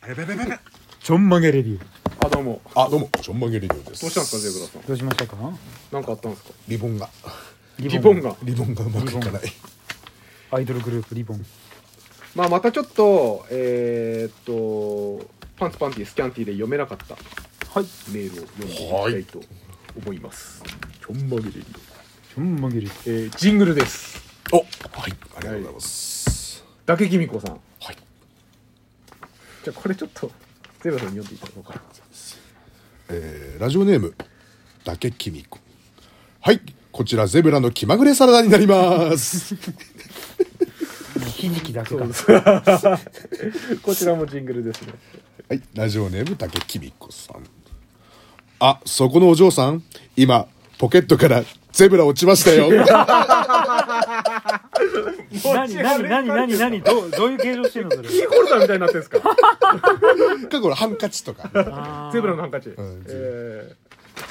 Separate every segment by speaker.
Speaker 1: あやべやべやべやべ
Speaker 2: ちょんまげレディー
Speaker 3: あどうも
Speaker 1: あどうもちょんまげレディオです
Speaker 3: どうしたんですかゼブラさん
Speaker 2: どうしましたか
Speaker 3: なんかあったんですか
Speaker 1: リボンが
Speaker 3: リボンが
Speaker 1: リボンがうまくいかない
Speaker 2: アイドルグループリボン
Speaker 3: まあまたちょっとえー、っとパンツパンティスキャンティで読めなかった
Speaker 2: はいち
Speaker 3: メールを読んでいきたいと思います、ちょんまげレディ
Speaker 2: ょんまげレディ
Speaker 3: えー、ジングルです
Speaker 1: おはいありがとうございます
Speaker 3: 伊達公子さん
Speaker 1: はい
Speaker 3: じゃあこれちょっとゼブラさんに読んでいただこうか
Speaker 1: えーラジオネームだけきみこはいこちらゼブラの気まぐれサラダになります
Speaker 2: ひじきだけだ
Speaker 3: こちらもジングルですね
Speaker 1: はいラジオネームだけきみこさんあそこのお嬢さん今ポケットからゼブラ落ちましたよ
Speaker 2: 何何何何何どうどういう形状してんのそれ
Speaker 3: キーホルダーみたいになってんですか
Speaker 1: かこれハンカチとか
Speaker 3: ゼブラのハンカチ、
Speaker 1: ん
Speaker 3: え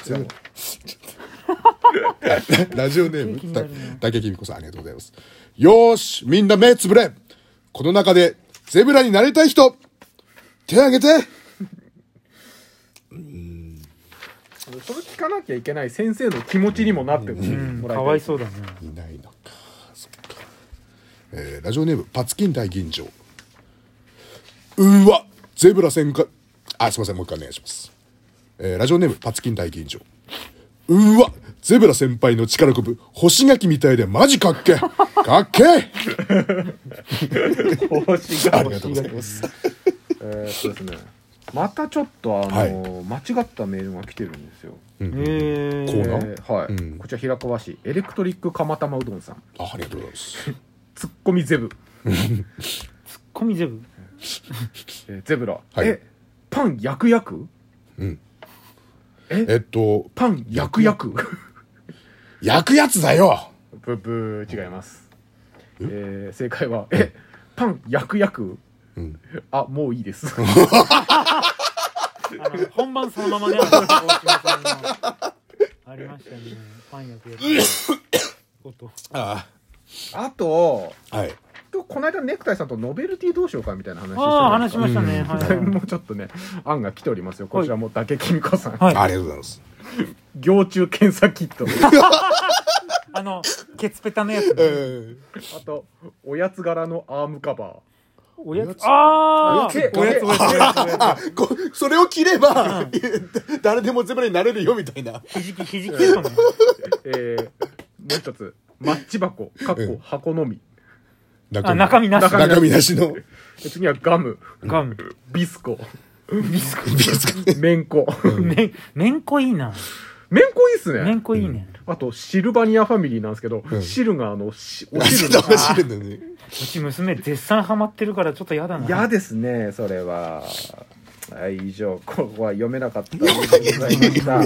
Speaker 3: ー
Speaker 1: ゼブ ララジオネーム
Speaker 2: になるね
Speaker 1: だけきみこさんありがとうございますよーしみんな目つぶれこの中でゼブラになりたい人手挙げて
Speaker 3: それ聞かなきゃいけない先生の気持ちにもなって
Speaker 2: うん
Speaker 3: もら
Speaker 2: かわ
Speaker 3: い
Speaker 2: い
Speaker 3: たい
Speaker 2: そうだね
Speaker 1: いないのかそっか、えーラジオネームパツキン大吟醸うわゼブラ戦かあすいませんもう一回お願いします、えーラジオネームパツキン大吟醸うわゼブラ先輩の力こぶ星垣みたいでマジかっけえかっ けえ
Speaker 3: 星が
Speaker 1: ありがとうございます
Speaker 3: えー、そうですねまたちょっとあのー間違ったメールが来てるんですよ、
Speaker 2: え
Speaker 1: こうな
Speaker 2: ー
Speaker 3: えーはい、
Speaker 1: うん
Speaker 3: こちら平川市エレクトリック釜玉うどんさん
Speaker 1: あありがとうございます
Speaker 3: ツッコミゼブ、
Speaker 2: コミゼブ
Speaker 3: えーゼブラ、
Speaker 1: はい
Speaker 3: えパン焼く焼く
Speaker 1: えっと
Speaker 3: パン焼く焼く
Speaker 1: 焼くやつだよ
Speaker 3: ブブー違いますえー正解はえパン焼く焼く、
Speaker 1: うん
Speaker 3: あもういい です
Speaker 2: あの本番そのままねあの大島さんのありましたねパン焼くやつ音
Speaker 1: あ
Speaker 3: あと
Speaker 1: あはい
Speaker 3: とこの間ネクタイさんとノベルティどうしようかみたいな話してたじ
Speaker 2: ああ
Speaker 3: ゃない
Speaker 2: 話
Speaker 3: で
Speaker 2: し
Speaker 3: すか
Speaker 2: ましたね、
Speaker 1: うん
Speaker 2: はい
Speaker 3: これ
Speaker 2: は
Speaker 3: もちょっとね案が来ておりますよこちらも伊達公子さん、
Speaker 2: い、はい、
Speaker 1: ありがとうございます
Speaker 3: 行中検査キッ ト
Speaker 2: あのケツペタのやつ、
Speaker 1: えー
Speaker 3: あとおやつ柄のアームカバ
Speaker 2: おやつ
Speaker 3: ー
Speaker 2: ああ
Speaker 3: え
Speaker 2: おやつおやつおやつおやつ
Speaker 1: あこそれを着れば、 誰でもゼブラになれるよみたいな
Speaker 2: ひじきひじきとね
Speaker 3: えー、もう一つマッチ箱かっこ箱のみ
Speaker 1: 中
Speaker 2: あ中身なし
Speaker 1: 中身なしの
Speaker 3: で次はガム
Speaker 2: ガム
Speaker 3: ビスコ
Speaker 2: ビスコ
Speaker 3: めんこ
Speaker 2: めんめんこいいな
Speaker 3: めんこいいっす
Speaker 2: めん
Speaker 3: ね
Speaker 2: こいいね
Speaker 3: あとシルバニアファミリーなんですけど、
Speaker 1: ん
Speaker 3: 汁があのしお
Speaker 1: あちょ
Speaker 3: 汁
Speaker 1: っと
Speaker 3: の
Speaker 1: 走るんだね
Speaker 2: うち娘絶賛ハマってるからちょっとやだな
Speaker 3: 嫌ですねそれははい以上ここは読めなかったでございました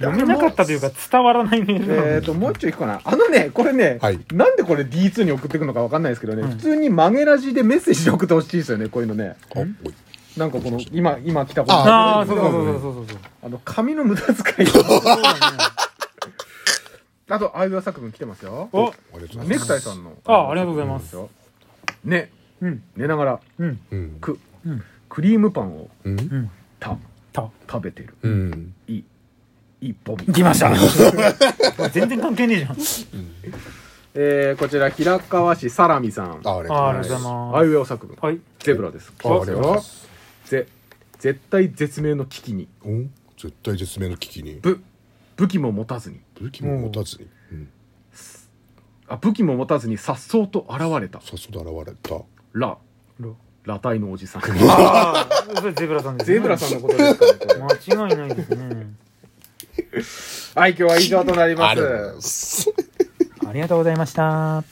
Speaker 2: 読めなかったというか伝わらないメールなの
Speaker 3: えーともう一丁いくかなあのねこれね、
Speaker 1: はい
Speaker 3: なんでこれ D2 に送っていくのかわかんないですけどね、
Speaker 2: うん
Speaker 3: 普通に曲げラジでメッセージで送ってほしいですよねこういうのね
Speaker 1: あおい
Speaker 3: なんかこの今今来たこと
Speaker 2: ああ
Speaker 3: そ
Speaker 2: そうう
Speaker 3: そ
Speaker 2: そうう
Speaker 3: そ
Speaker 2: そううそうそうそう
Speaker 3: あの紙の無駄遣い
Speaker 2: そうだね
Speaker 3: あとあいうえお作文来てますよ
Speaker 2: お
Speaker 1: ありがとうございます
Speaker 3: ネクタイさんの
Speaker 2: あありがとうございます
Speaker 3: ね
Speaker 2: うん
Speaker 3: 寝ながら
Speaker 2: うん
Speaker 1: うん
Speaker 3: く、
Speaker 2: うん
Speaker 3: クリームパンを
Speaker 1: うん
Speaker 2: うん
Speaker 3: た
Speaker 2: た
Speaker 3: 食べてる
Speaker 1: うん
Speaker 3: い一歩び
Speaker 2: 来ました 全然関係ねえじゃん
Speaker 3: えー、こちら平川市サラミさん
Speaker 1: あありがとう
Speaker 2: ああ
Speaker 1: ご
Speaker 2: り
Speaker 1: ざい
Speaker 2: がと
Speaker 1: う
Speaker 2: ござ
Speaker 1: ます
Speaker 2: いま
Speaker 3: あいうえお作文
Speaker 2: すはい
Speaker 3: ゼブラです
Speaker 1: あありがとうございます
Speaker 3: ぜ絶対絶命の危機に
Speaker 1: うん絶対絶命の危機に
Speaker 3: 武武器も持たずに
Speaker 1: 武器も持たずにうん
Speaker 3: あ武器も持たずに颯爽と現れた
Speaker 1: さっそと現れた
Speaker 3: ラ
Speaker 2: ロ
Speaker 3: ラタイのおじさん
Speaker 2: ああそれゼブラさんですね
Speaker 3: ゼブラさんのことですかねこれ
Speaker 2: 間違いないですね
Speaker 3: はい今日は以上となり
Speaker 1: あ
Speaker 3: ま
Speaker 1: りがとうござい
Speaker 3: す
Speaker 1: ます
Speaker 2: ありがとうございました